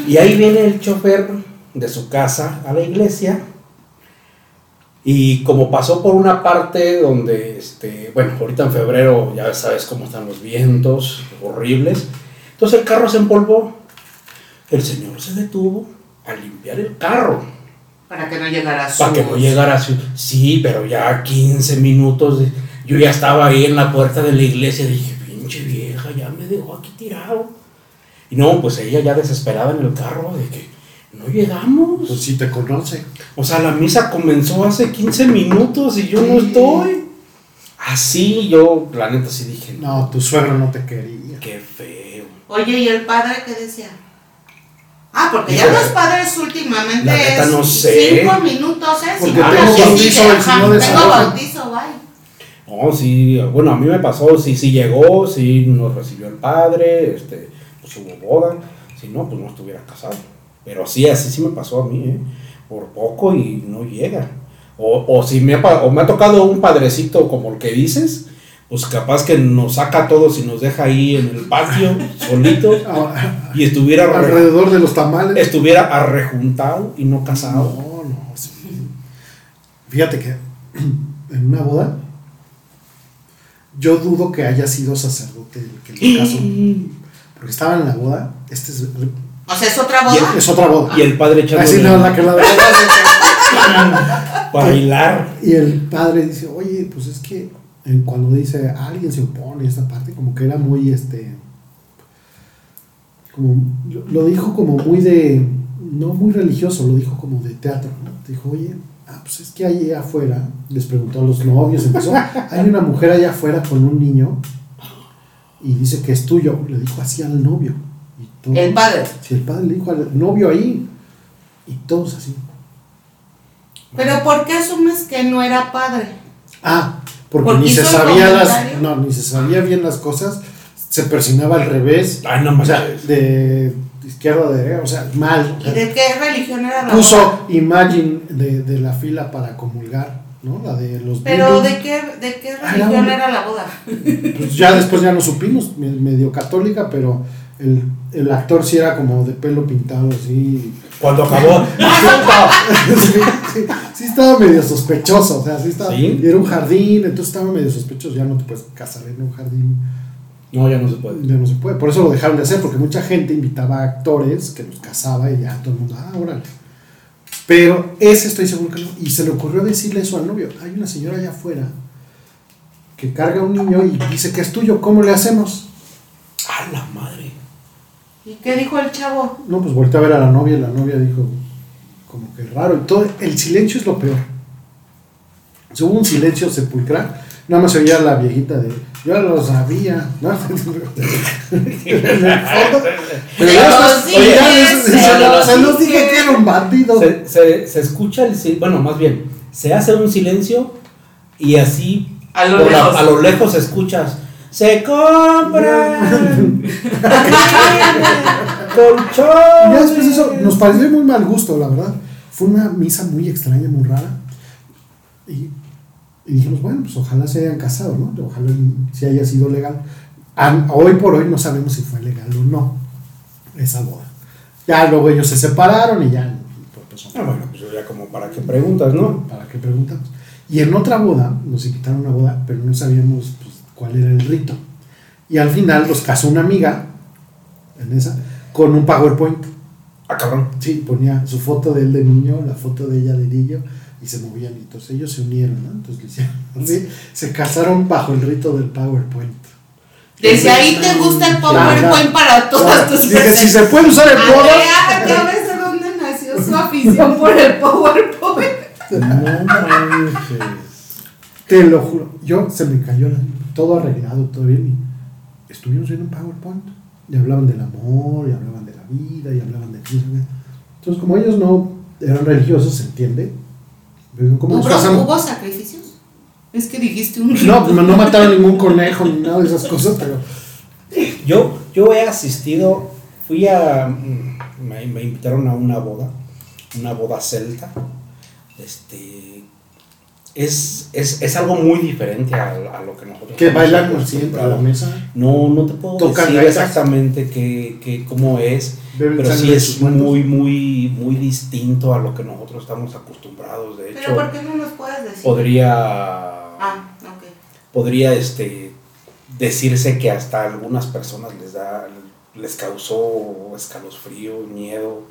Y ahí viene el chofer de su casa a la iglesia. Y como pasó por una parte donde, este, bueno, ahorita en febrero ya sabes cómo están los vientos, horribles. Entonces el carro se empolvó. El señor se detuvo a limpiar el carro. Para que no llegara su. Para que no llegara así. Sí, pero ya 15 minutos. de- yo ya estaba ahí en la puerta de la iglesia. Dije, pinche vieja, ya me dejó aquí tirado. Y no, pues ella ya desesperada en el carro de que no llegamos. Pues sí te conoce. O sea, la misa comenzó hace 15 minutos y yo no estoy. Así yo, la neta, sí dije, no, No, tu suegro no te quería. qué feo. Oye, ¿y el padre qué decía? Ah, porque ya Híjole. los padres últimamente La neta es no sé. cinco minutos, ¿eh? Porque Si no, tengo la que bautizo, sigue, el ajá, señor es Tengo otro. bautizo, bye. No, sí, bueno, a mí me pasó, sí, sí llegó, sí nos recibió el padre, este, pues hubo boda, si no, pues no estuviera casado. Pero sí, así sí me pasó a mí, ¿eh? Por poco y no llega. O, o si me ha, pa- o me ha tocado un padrecito como el que dices, pues capaz que nos saca a todos y nos deja ahí en el patio, solito, Ahora, y estuviera, re- alrededor de los tamales. estuviera arrejuntado y no casado. No, no, sí. Fíjate que [CLEARS THROAT] en una boda, yo dudo que haya sido sacerdote el que le [LAUGHS] casó. Porque estaba en la boda. Este es, O sea, es otra Y boda. es otra boda. Y el padre echando Así no, la que la para bailar. Y el padre dice, oye, pues es que eh, cuando dice alguien se opone a esta parte, como que era muy, este, como, lo- lo dijo como muy de, no muy religioso, lo dijo como de teatro, ¿no? Dijo, oye, ah, pues es que allá afuera, les preguntó a los novios, empezó, hay una mujer allá afuera con un niño y dice que es tuyo, le dijo así al novio. Y todo- El padre. Sí, el padre le dijo al novio ahí y todos así. Pero ¿por qué asumes que no era padre? Ah, porque, Porque ni se hizo el sabía las, comentario. no, ni se sabía bien las cosas, se persinaba al revés, Ay, no o sea, manches. de izquierda a derecha, o sea, mal. o ¿Y sea, de qué religión era la boda? puso Imagine de, de la fila para comulgar, ¿no? La de los Pero Beatles. ¿de qué, de qué Ah, religión era un- era la boda? Pues ya después ya no supimos, me- medio católica, pero el, el actor sí era como de pelo pintado, así. Cuando acabó, [LAUGHS] sí, sí, sí estaba medio sospechoso, o sea, sí estaba, ¿Sí? y era un jardín, entonces estaba medio sospechoso, ya no te puedes casar en un jardín No, ya no se puede. Ya no se puede. Por eso lo dejaron de hacer, porque mucha gente invitaba a actores que los casaba y ya todo el mundo, ah, órale. Pero ese estoy seguro que no. Y se le ocurrió decirle eso al novio. Hay una señora allá afuera que carga un niño y dice que es tuyo, ¿cómo le hacemos? A la madre. ¿Y qué dijo el chavo? No, pues volteé a ver a la novia y la novia dijo, como que raro. Y todo, el silencio es lo peor. O sea, hubo un silencio sepulcral. Nada más se oía la viejita de, yo lo sabía. ¿no? [LAUGHS] En el fondo, Pero Te [LAUGHS] ya lo estás- dije, oye, ya les- se se lo lo- se los dije. dije que era un bandido. Se, se- se escucha el silencio, bueno, más bien, se hace un silencio y así A lo por la- lejos. a lo lejos escuchas. Se [LAUGHS] [LAUGHS] compran Y colchón. ya después eso nos pareció muy mal gusto, la verdad. Fue una misa muy extraña, muy rara. Y, y dijimos, bueno, pues ojalá se hayan casado, ¿no? Ojalá si haya sido legal. A- hoy por hoy no sabemos si fue legal o no esa boda. Ya luego ellos se separaron y ya. pues, Ah, bueno, pues ya como para qué preguntas, ¿no? ¿Para qué preguntamos? Y en otra boda, nos invitaron a una boda, pero no sabíamos pues, cuál era el rito. Y al final los casó una amiga, en esa, con un PowerPoint. Ah, cabrón. Sí, ponía su foto de él de niño, la foto de ella de niño, y se movían. Y entonces ellos se unieron, ¿no? Entonces lo hicieron así. Se casaron bajo el rito del PowerPoint. Desde ahí te gusta el PowerPoint ya. para todas tus Dije, si se puede usar el boda. Andrea, ¿acabes de dónde nació su afición por el PowerPoint? No manches. Te lo juro. Yo se me cayó la- todo arreglado, todo bien. y estuvimos viendo un PowerPoint. Y hablaban del amor, y hablaban de la vida, y hablaban de quién sabe. Entonces, como ellos no eran religiosos, se entiende. Pero como nos ¿Hubo, casamos? hubo sacrificios? Es que dijiste un No, pues, no mataron ningún conejo ni nada de esas cosas, pero Yo, yo he asistido, fui a. mm, Me, me invitaron a una boda, una boda celta. Este. Es, es, es algo muy diferente a, a lo que nosotros. que estamos bailan por siempre a la acostumbrados. mesa. No, no te puedo Tocan decir gaitas. exactamente qué, qué- cómo es, Beben pero sangre sí de es sus muertos. muy, muy, muy distinto a lo que nosotros estamos acostumbrados. De Pero ¿por hecho, qué no nos puedes decir? podría. Ah, ok. podría este decirse que hasta a algunas personas les da les causó escalofrío, miedo,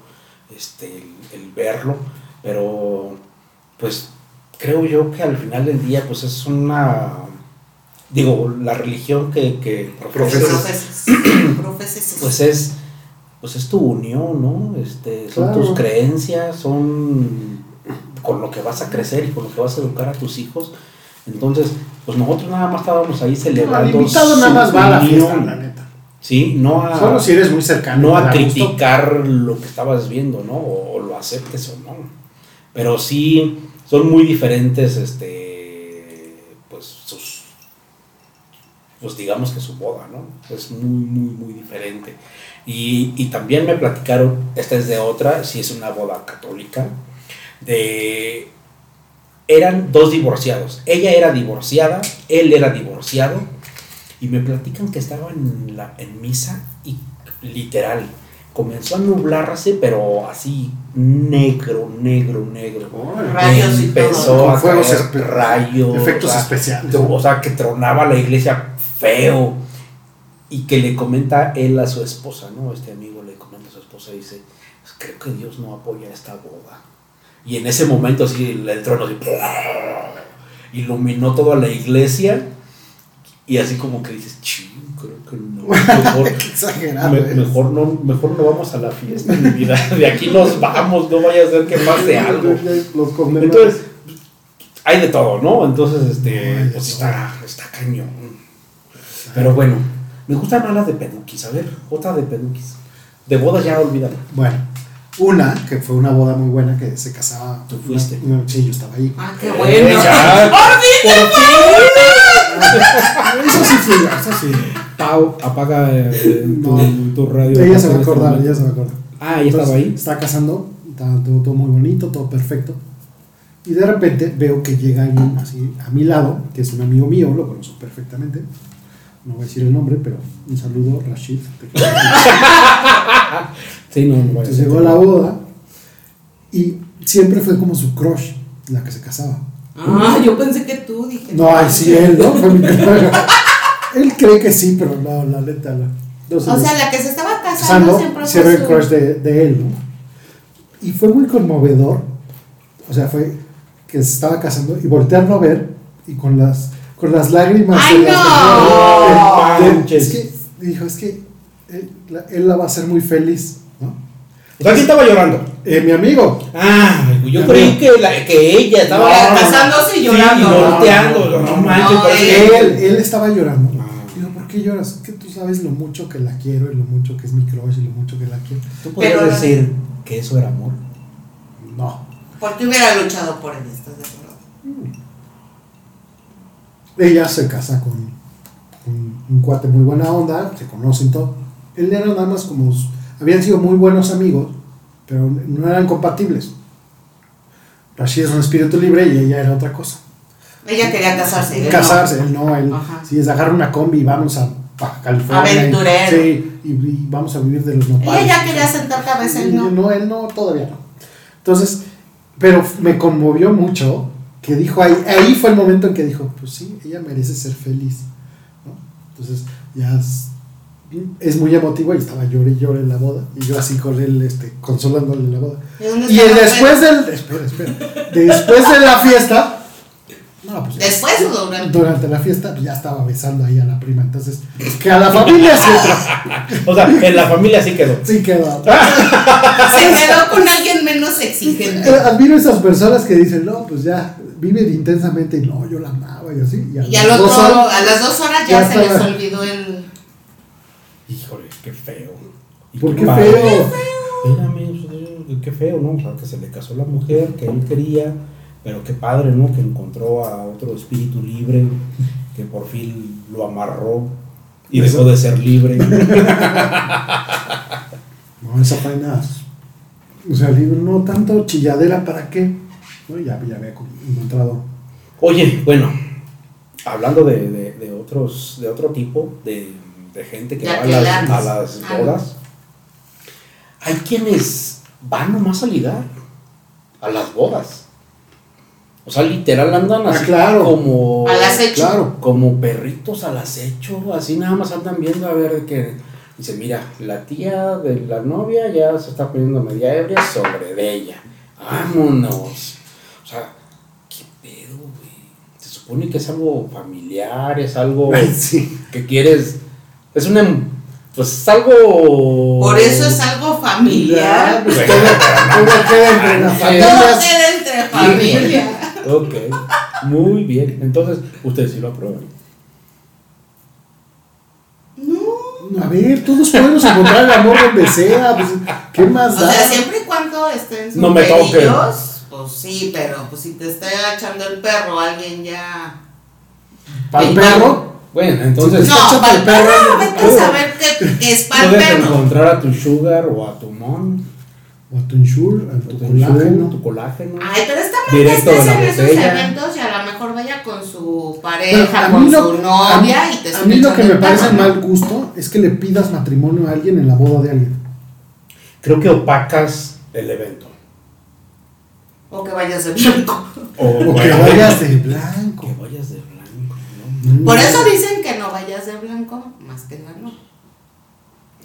este el, el verlo, pero pues creo yo que al final del día pues es una digo, la religión que, que profesas, Profeses. [CLEARS THROAT] Profeses. pues es pues es tu unión, ¿no? Este, son Claro. tus creencias, son con lo que vas a crecer y con lo que vas a educar a tus hijos. Entonces, pues nosotros nada más estábamos ahí El celebrando. invitado nada su más va a la unión, fiesta, la neta. Sí, no a, Solo si eres muy cercano. no te a da gusto. criticar lo que estabas viendo, ¿no? O, o lo aceptes o no. Pero sí son muy diferentes, este, pues sus, pues digamos que su boda, ¿no? Es muy, muy, muy diferente. Y, y también me platicaron, esta es de otra, si es una boda católica, de... Eran dos divorciados. Ella era divorciada, él era divorciado. Y me platican que estaba en, la, en misa y literal comenzó a nublarse, pero así negro, negro, negro. Rayos y empezó todo. a Con fuegos caer espe- rayos, Efectos o sea, especiales. o sea, que tronaba la iglesia feo. Y que le comenta él a su esposa, ¿no? Este amigo le comenta a su esposa y dice, "Pues, creo que Dios no apoya esta boda. Y en ese momento así el trono así, iluminó toda la iglesia y así como que dices, ching, creo que no. Mejor, Qué Exagerado. me- ¿eh? mejor no, mejor no vamos a la fiesta, mi vida. De aquí nos vamos, no vaya a ser que pase algo. Los condenados. Entonces, hay de todo, ¿no? Entonces, Hay este, de pues todo. está, está cañón. Pero bueno, me gustan más las de Peduquis. A ver, otra de Peduquis. De bodas ya olvídala. Bueno, una que fue una boda muy buena que se casaba. Tú fuiste. una- una- sí, yo estaba ahí. Ah, qué Eh, bueno. ya. Ah, Eso sí fui yo, eso sí. Pau, apaga [LAUGHS] eh, tu, No. tu radio. Ella se va a En este acordar, momento. ella se va a acordar. Ah, ella estaba ahí. Está casando, está todo, todo muy bonito, todo perfecto. Y de repente veo que llega alguien así a mi lado, que es un amigo mío, lo conozco perfectamente. No voy a decir el nombre, pero un saludo, Rashid. te quiero. Sí, no, no vaya a Entonces ser. Pues, llegó a la boda y siempre fue como su crush la que se casaba. Ah, yo pensé que tú dije. No, ay, sí, eh. él, ¿no? Fue mi crush. Él cree que sí, pero no, la neta, no. Entonces, O sea, la que se estaba casando Sando siempre se ve el fue crush su... de, de él, ¿no? Y fue muy conmovedor. O sea, fue que se estaba casando y voltearlo a ver y con las, con las lágrimas. ¡Ay, de las- no! de- de- Manches. es que dijo, es que él la, él la va a hacer muy feliz, ¿no? O sea, ¿quién estaba llorando? Eh, mi amigo, Ah, yo creí que, la, que ella estaba No, casándose y llorando. Sí, y volteando. No, No, no, manches, no, parece que- él, él estaba llorando. Ah. Digo, ¿por qué lloras? Que tú sabes lo mucho que la quiero y lo mucho que es mi crush y lo mucho que la quiero. ¿Tú podrías Pero- decir que eso era amor? No. ¿Por qué hubiera luchado por él? ¿Estás de acuerdo? Mm. Ella se casa con, con un cuate muy buena onda, se conocen todo. Él era nada más como. s- Habían sido muy buenos amigos, pero no eran compatibles. Rashid es un espíritu libre y ella era otra cosa. Ella quería casarse. ¿eh? él no. Casarse, él no, él. Ajá. Sí, es agarrar una combi y vamos a Baja California. Aventurero. Sí, y, y vamos a vivir de los nopales. Ella ya quería sentar cabeza, él no. No, él no, todavía no. Entonces, pero me conmovió mucho que dijo ahí, ahí fue el momento en que dijo, pues sí, ella merece ser feliz. ¿no? Entonces, ya es, es muy emotivo y estaba llore y llore en la boda. Y yo así con él, este, consolándole en la boda. ¿Y, dónde Y está el la después del. Espera, espera. Después de la fiesta. No, pues abuela? ¿Después o durante? durante la fiesta pues, ya estaba besando ahí a la prima. Entonces, que a la familia sí entra. O sea, en la familia sí quedó. Sí quedó. Se quedó con alguien menos exigente. [LAUGHS] Eh, Admiro esas personas que dicen, no, pues ya viven intensamente y no, yo la amaba y así. Y a, Y al las otro, dos horas- a las dos horas ya, ya se les estaba- olvidó el... Híjole, qué feo. Y ¿Por qué padre. feo? Mírame, pues, qué feo, ¿no? O sea, que se le casó la mujer que él quería, Pero qué padre, ¿no? Que encontró a otro espíritu libre, que por fin lo amarró y dejó de ser libre. [LAUGHS] No, esa vaina. O sea, digo, no tanto chilladera, ¿para qué? No, ya, ya había encontrado. Oye, bueno, hablando de, de- de otros, de otro tipo, de, de gente que Ya va a que las, a lanzas. las Ah. bodas, hay quienes van nomás a ligar a las bodas. O sea, literal andan Ah, así claro. como... Al acecho. Claro. Como perritos al acecho, así nada más andan viendo a ver que... Dice, mira, la tía de la novia ya se está poniendo media ebria sobre de ella. Vámonos. O sea, ¿qué pedo, güey? Se supone que es algo familiar, es algo [LAUGHS] [LAUGHS] Sí. que quieres... Es una... em- Pues es algo... Por eso es algo familiar. Bueno, Todo pues, queda entre las Todo familias. queda entre [LAUGHS] familia. Ok, muy bien. Entonces, ustedes sí lo aprueban. A ver, todos podemos encontrar el amor donde sea. pues, ¿Qué más O da? sea, siempre y cuando estén sus No me toquen. pedillos, Pues sí, pero pues si te está echando el perro alguien ya. ¿Para el perro? Bueno, entonces... Sí, No, échate para el el perro, perro, no, vete a no. saber que, que es para el Puedes perro. encontrar a tu sugar o a tu mon, O a tu insure, a a tu tu colágeno, colágeno. tu colágeno. Ay, pero está mal que Directo estés de la en esos botella. eventos y a lo mejor vaya con su Pero pareja, a con mí lo- su novia a mí- y te A mí lo que me escuchan parece el perro, mal gusto es que le pidas matrimonio a alguien en la boda de alguien. Creo que opacas el evento. ¿no? O que vayas de blanco. O que vayas de blanco. Que vayas de blanco, [LAUGHS] ¿no? Por eso dicen que no vayas de blanco más que en la noche.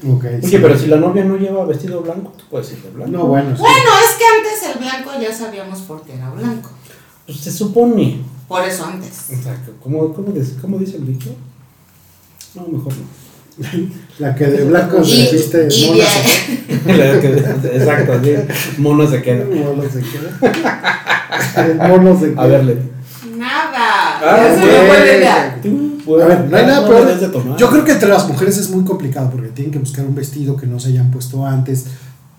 Ok. sí. Oye, pero si la novia no lleva vestido blanco, tú puedes ir de blanco. No, bueno. sí. Bueno, es que antes el blanco ya sabíamos por qué era blanco. Pues se supone. Por eso antes. O sea, que ¿cómo, cómo, dice, cómo dice el dicho? No, mejor [LAUGHS] no. La que de blanco Y, se viste y mona de- [LAUGHS] se La que- Exacto, así. Mono se [LAUGHS] queda. queda. Mono se queda. [LAUGHS] El mono se queda. A ver, Leti. nada. Ah, Eso no ok. puede dar. Tú A puedes- ver, no hay nada no debes de peor. tomar. Yo creo que entre las mujeres es muy complicado porque tienen que buscar un vestido que no se hayan puesto antes,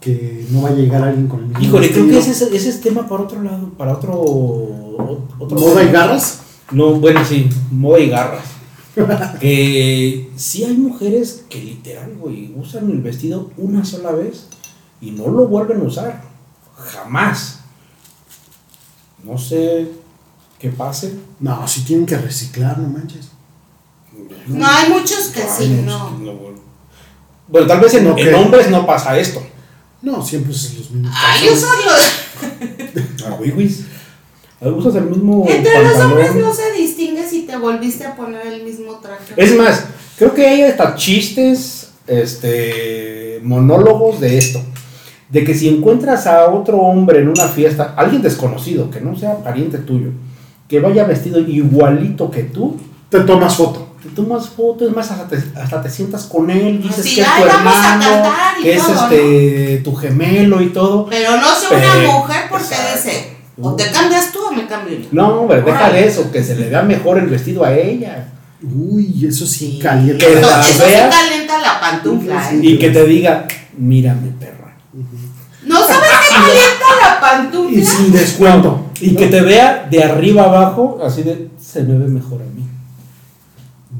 que no va a llegar alguien con el mismo Híjole, creo que ese vestido. es, ese es tema para otro lado, para otro... otro ¿Moda y garras? No, bueno, sí, moda y garras. [LAUGHS] que sí hay mujeres que literal, güey, usan el vestido una sola vez y no lo vuelven a usar. Jamás. No sé qué pase. No, si tienen que reciclar, no manches. No, hay muchos que sí, no. Bueno, tal vez en, Ok. en hombres no pasa esto. No, siempre es los mismos. Ay, calzones. usan los. A wiwis. Usas el mismo Entre los pantalón. hombres no se distingue si te volviste a poner el mismo traje. Es más, creo que hay hasta chistes, este, monólogos de esto. De que si encuentras a otro hombre en una fiesta, alguien desconocido, que no sea pariente tuyo, que vaya vestido igualito que tú, Te tomas foto. te tomas fotos, es más, hasta te, hasta te sientas con él, dices Así, que es tu "Ay, Ah, vamos a hermano, cantar y que es todo, ¿no? este, tu gemelo y todo. Pero no soy una Pero- mujer porque exacto. dice, o te cambias tú o me cambio yo. No, hombre, deja Órale. de eso, que se le vea mejor el vestido a ella. Uy, eso sí, Sí. calienta. Que Eso, la eso sí veas. calienta la pantufla, ¿eh? Y que te diga, mírame, perra. ¿No sabes qué calienta la Y pantufla? sin descuento. Y que te vea de arriba abajo, así de, se me ve mejor a mí.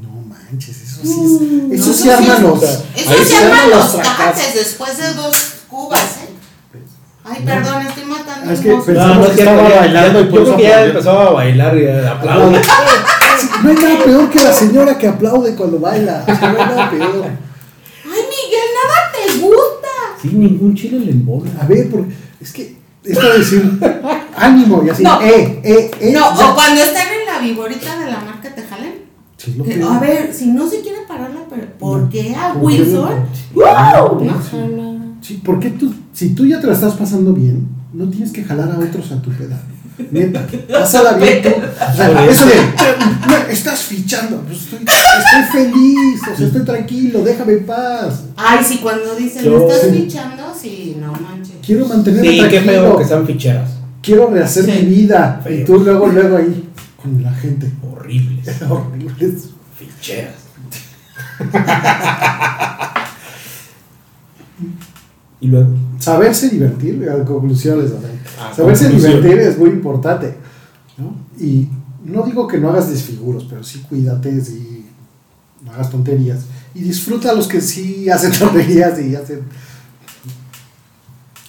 No manches, eso sí es. Mm. Eso No, sí eso arma sí. los. Eso se arma llama los fracasos. taxes después de dos cubas, ¿eh? Ay, perdón, estoy matando. Ah, Es un que- mosco. Pensamos que cierto, estaba ya- bailando ya- y por yo eso creo que ya aplaudió. empezaba a bailar y ya aplaude. Sí, No hay nada peor que la señora que aplaude cuando baila. O sea, no hay nada peor. Ay, Miguel, nada te gusta. Sí, ningún chile le embola. A ver, porque es que esto de decir ánimo y así, No. eh, eh, eh. No, ya. o cuando están en la viborita de la marca te jalen. Sí, es lo Que, peor. a ver, si no se quiere parar la per- ¿por qué a ¿Por qué Wilson? no? ¡Wow! No, Sí. jala. Sí, porque tú, si tú ya te la estás pasando bien, no tienes que jalar a otros a tu peda. Neta, pásala bien tú. O sea, eso de, "No, estás fichando, pues estoy, estoy feliz, o sea, estoy tranquilo, déjame en paz. Ay, si cuando dicen, Yo- ¿me estás Sí. fichando? Sí, no manches. Quiero mantenerme Sí, qué tranquilo. feo que sean ficheras. Quiero rehacer Sí. mi vida. Feo. Y tú luego, luego ahí, con la gente. [LAUGHS] Horribles. Horribles. Ficheras. [LAUGHS] y luego. Saberse divertir, a conclusiones, Ah, saberse conclusión. divertir es muy importante. ¿no? Y no digo que no hagas desfiguros, pero sí cuídate, sí no hagas tonterías. Y disfruta a los que sí hacen [LAUGHS] tonterías y hacen...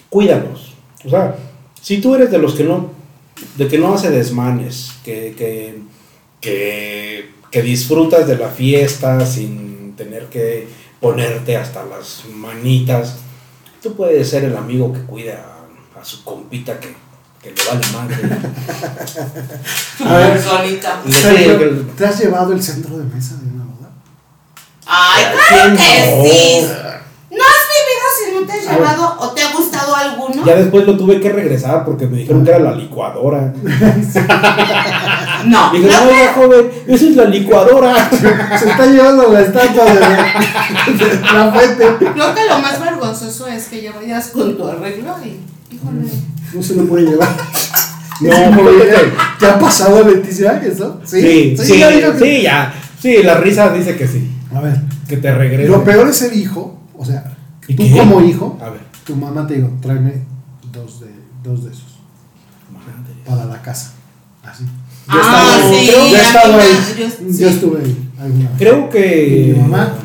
cuídalos. O sea, si tú eres de los que no, de que no hace desmanes, que, que, que, que disfrutas de la fiesta sin tener que ponerte hasta las manitas, tú puedes ser el amigo que cuida a, a su compita que, que le vale madre. A ver, Solita. Le Sergio, tiene que- ¿te has llevado el centro de mesa de una boda? Ay, ¿Quién claro que sí. no? ¿No has vivido si no te has A ver. llevado o te ha gustado alguno? Ya después lo tuve que regresar porque me dijeron que era la licuadora. No. Dije, no, oiga, joven, esa es la licuadora. Se está llevando la estatua de la, de la fuente. Creo que lo más vergonzoso es que ya vayas con tu arreglo y, híjole, No se lo puede llevar. No, Sí, [LAUGHS] joven. ¿Te ha pasado 26 años, no? Sí, sí, sí, ya ya, digo que- sí, la risa dice que sí, A ver, que te regrese. lo peor es ser hijo, o sea, ¿Y tú qué? como hijo, A ver. tu mamá te dijo, tráeme dos de, dos de esos para la casa. Así. Yo estaba- Ah, sí. creo- yo he ya estado vi- ahí. yo- Yo sí. estuve ahí alguna vez. Creo que. Mm. Mi mamá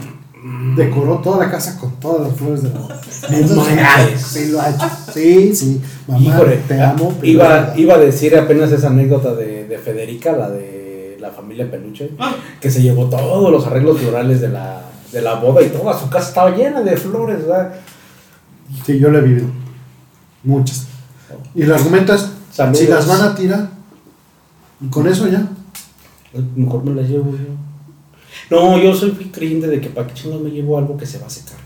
decoró toda la casa con todas las flores de la boda. manches. Sí, lo ha hecho. Sí, sí. Mamá, Híjole, ah, te amo. pero- Iba, iba a decir apenas esa anécdota de, de Federica, la de la familia Peluche, Ah. que se llevó todos los arreglos florales de la, de la boda y toda su casa estaba llena de flores, ¿verdad? Sí, yo lo he vivido. Muchas. Y el argumento es, Saludos. si las van a tirar, con eso ya. Mejor me las llevo yo. No, yo soy muy creyente de que para qué chingados me llevo algo que se va a secar.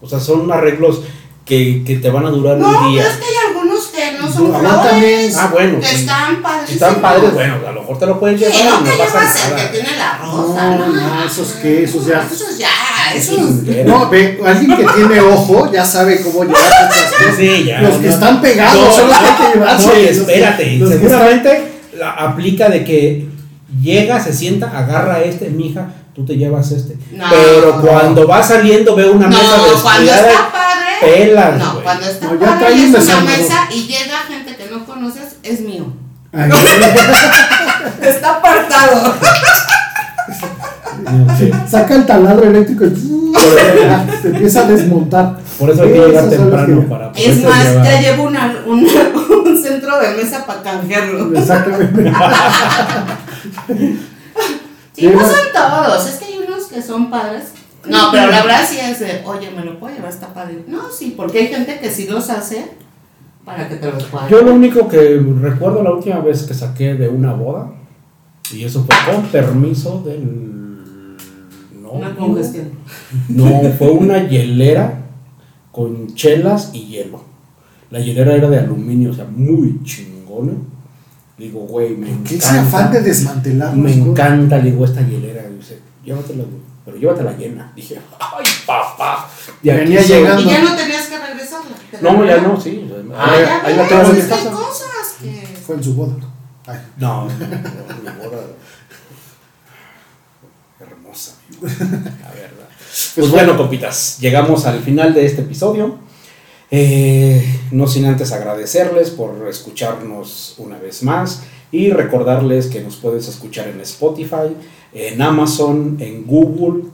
O sea, son arreglos que, que te van a durar No, un día. pero es que hay algunos que no son No, flores. Ah, bueno. Que sí. están padrísimos. Si están padres, bueno, a lo mejor te lo puedes Sí, no llevar. no te pasa llevas el que nada. tiene la rosa. No, no, esos que, esos ya. Esos ya, esos. Sí, No, ve, alguien que tiene ojo ya sabe cómo llevar [LAUGHS] esas cosas. Sí, ya. Los que no. están pegados Ah, No, son los que hay no, que llevarse. no, y Los que- espérate. los que seguramente la aplica de que llega, se sienta, agarra a este, mija, tú te llevas este. No. Pero cuando va saliendo, ve una mesa No, cuando descuidada. está padre. pelas, No, güey. cuando está No, ya padre traen y es una desarmador. mesa y llega gente que no conoces, es mío. Ay, Está apartado. Sí. Saca el taladro eléctrico y se empieza a desmontar. Por eso hay que Esos llegar son los temprano que- para Es poderse más, llevar. ya llevo una- una- [LAUGHS] un centro de mesa para canjearlo. [LAUGHS] Exactamente. Sí, no son todos, es que hay unos que son padres. No, pero la verdad sí es de, oye, me lo puedo llevar, está padre. No, sí, porque hay gente que sí los hace para que te los cuadre. Yo lo único que recuerdo la última vez que saqué de una boda, y eso fue con permiso del. Una No, congestión. no fue una hielera con chelas y hielo. La hielera era de aluminio, o sea, muy chingona. Digo, güey, me encanta. ¿Qué ese afán de desmantelar? Me las cosas? encanta, le digo, esta hielera. Dice, llévatela, güey, pero llévatela llena. Dije, ay, papá. Y aquí Venía soy. llegando. Y ya no tenías que regresarla. te la No, ya regalaron. no, sí. Ah, Ahí- ya ahí la ves, tengo en mi es que hay casa. cosas que... Fue en su boda. Ay, [LAUGHS] No, no, no, mi boda hermosa, [LAUGHS] mi boda, la verdad. Pues bueno, copitas, llegamos al final de este episodio. Eh, no sin antes agradecerles por escucharnos una vez más y recordarles que nos puedes escuchar en Spotify, en Amazon, en Google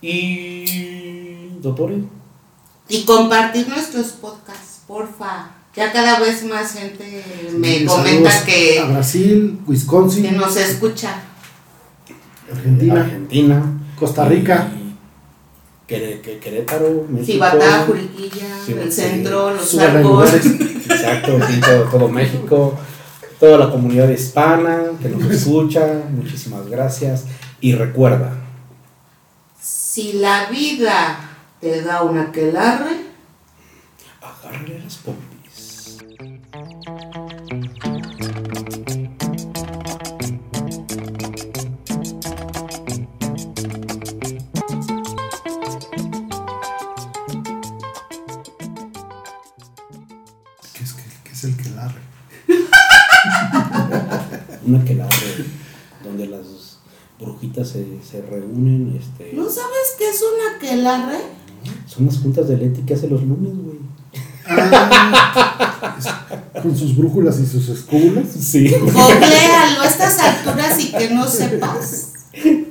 y... ¿Doctor? Y compartir nuestros podcasts, porfa. Ya cada vez más gente me saludos comenta A que, Brasil, que Wisconsin, nos escucha. Argentina, Argentina. Costa Rica. y Quere- que- Querétaro, México. Cibatá, Juriquilla, Sí, el sí. centro, los súbanle arcos. [LAUGHS] lugares. Exacto, sí, todo, todo México, toda la comunidad hispana que nos escucha, muchísimas gracias. Y recuerda, Si la vida te da una quelarre, agárrale las pompis. que es, que- que es el que la Una que la abre, donde las brujitas se, se reúnen. Este, ¿no sabes qué es una quelarre? Son las juntas de Leti que hace los lunes, güey. Ah, con sus brújulas y sus escúbulas. Sí. Googlealo a estas alturas y que no sepas.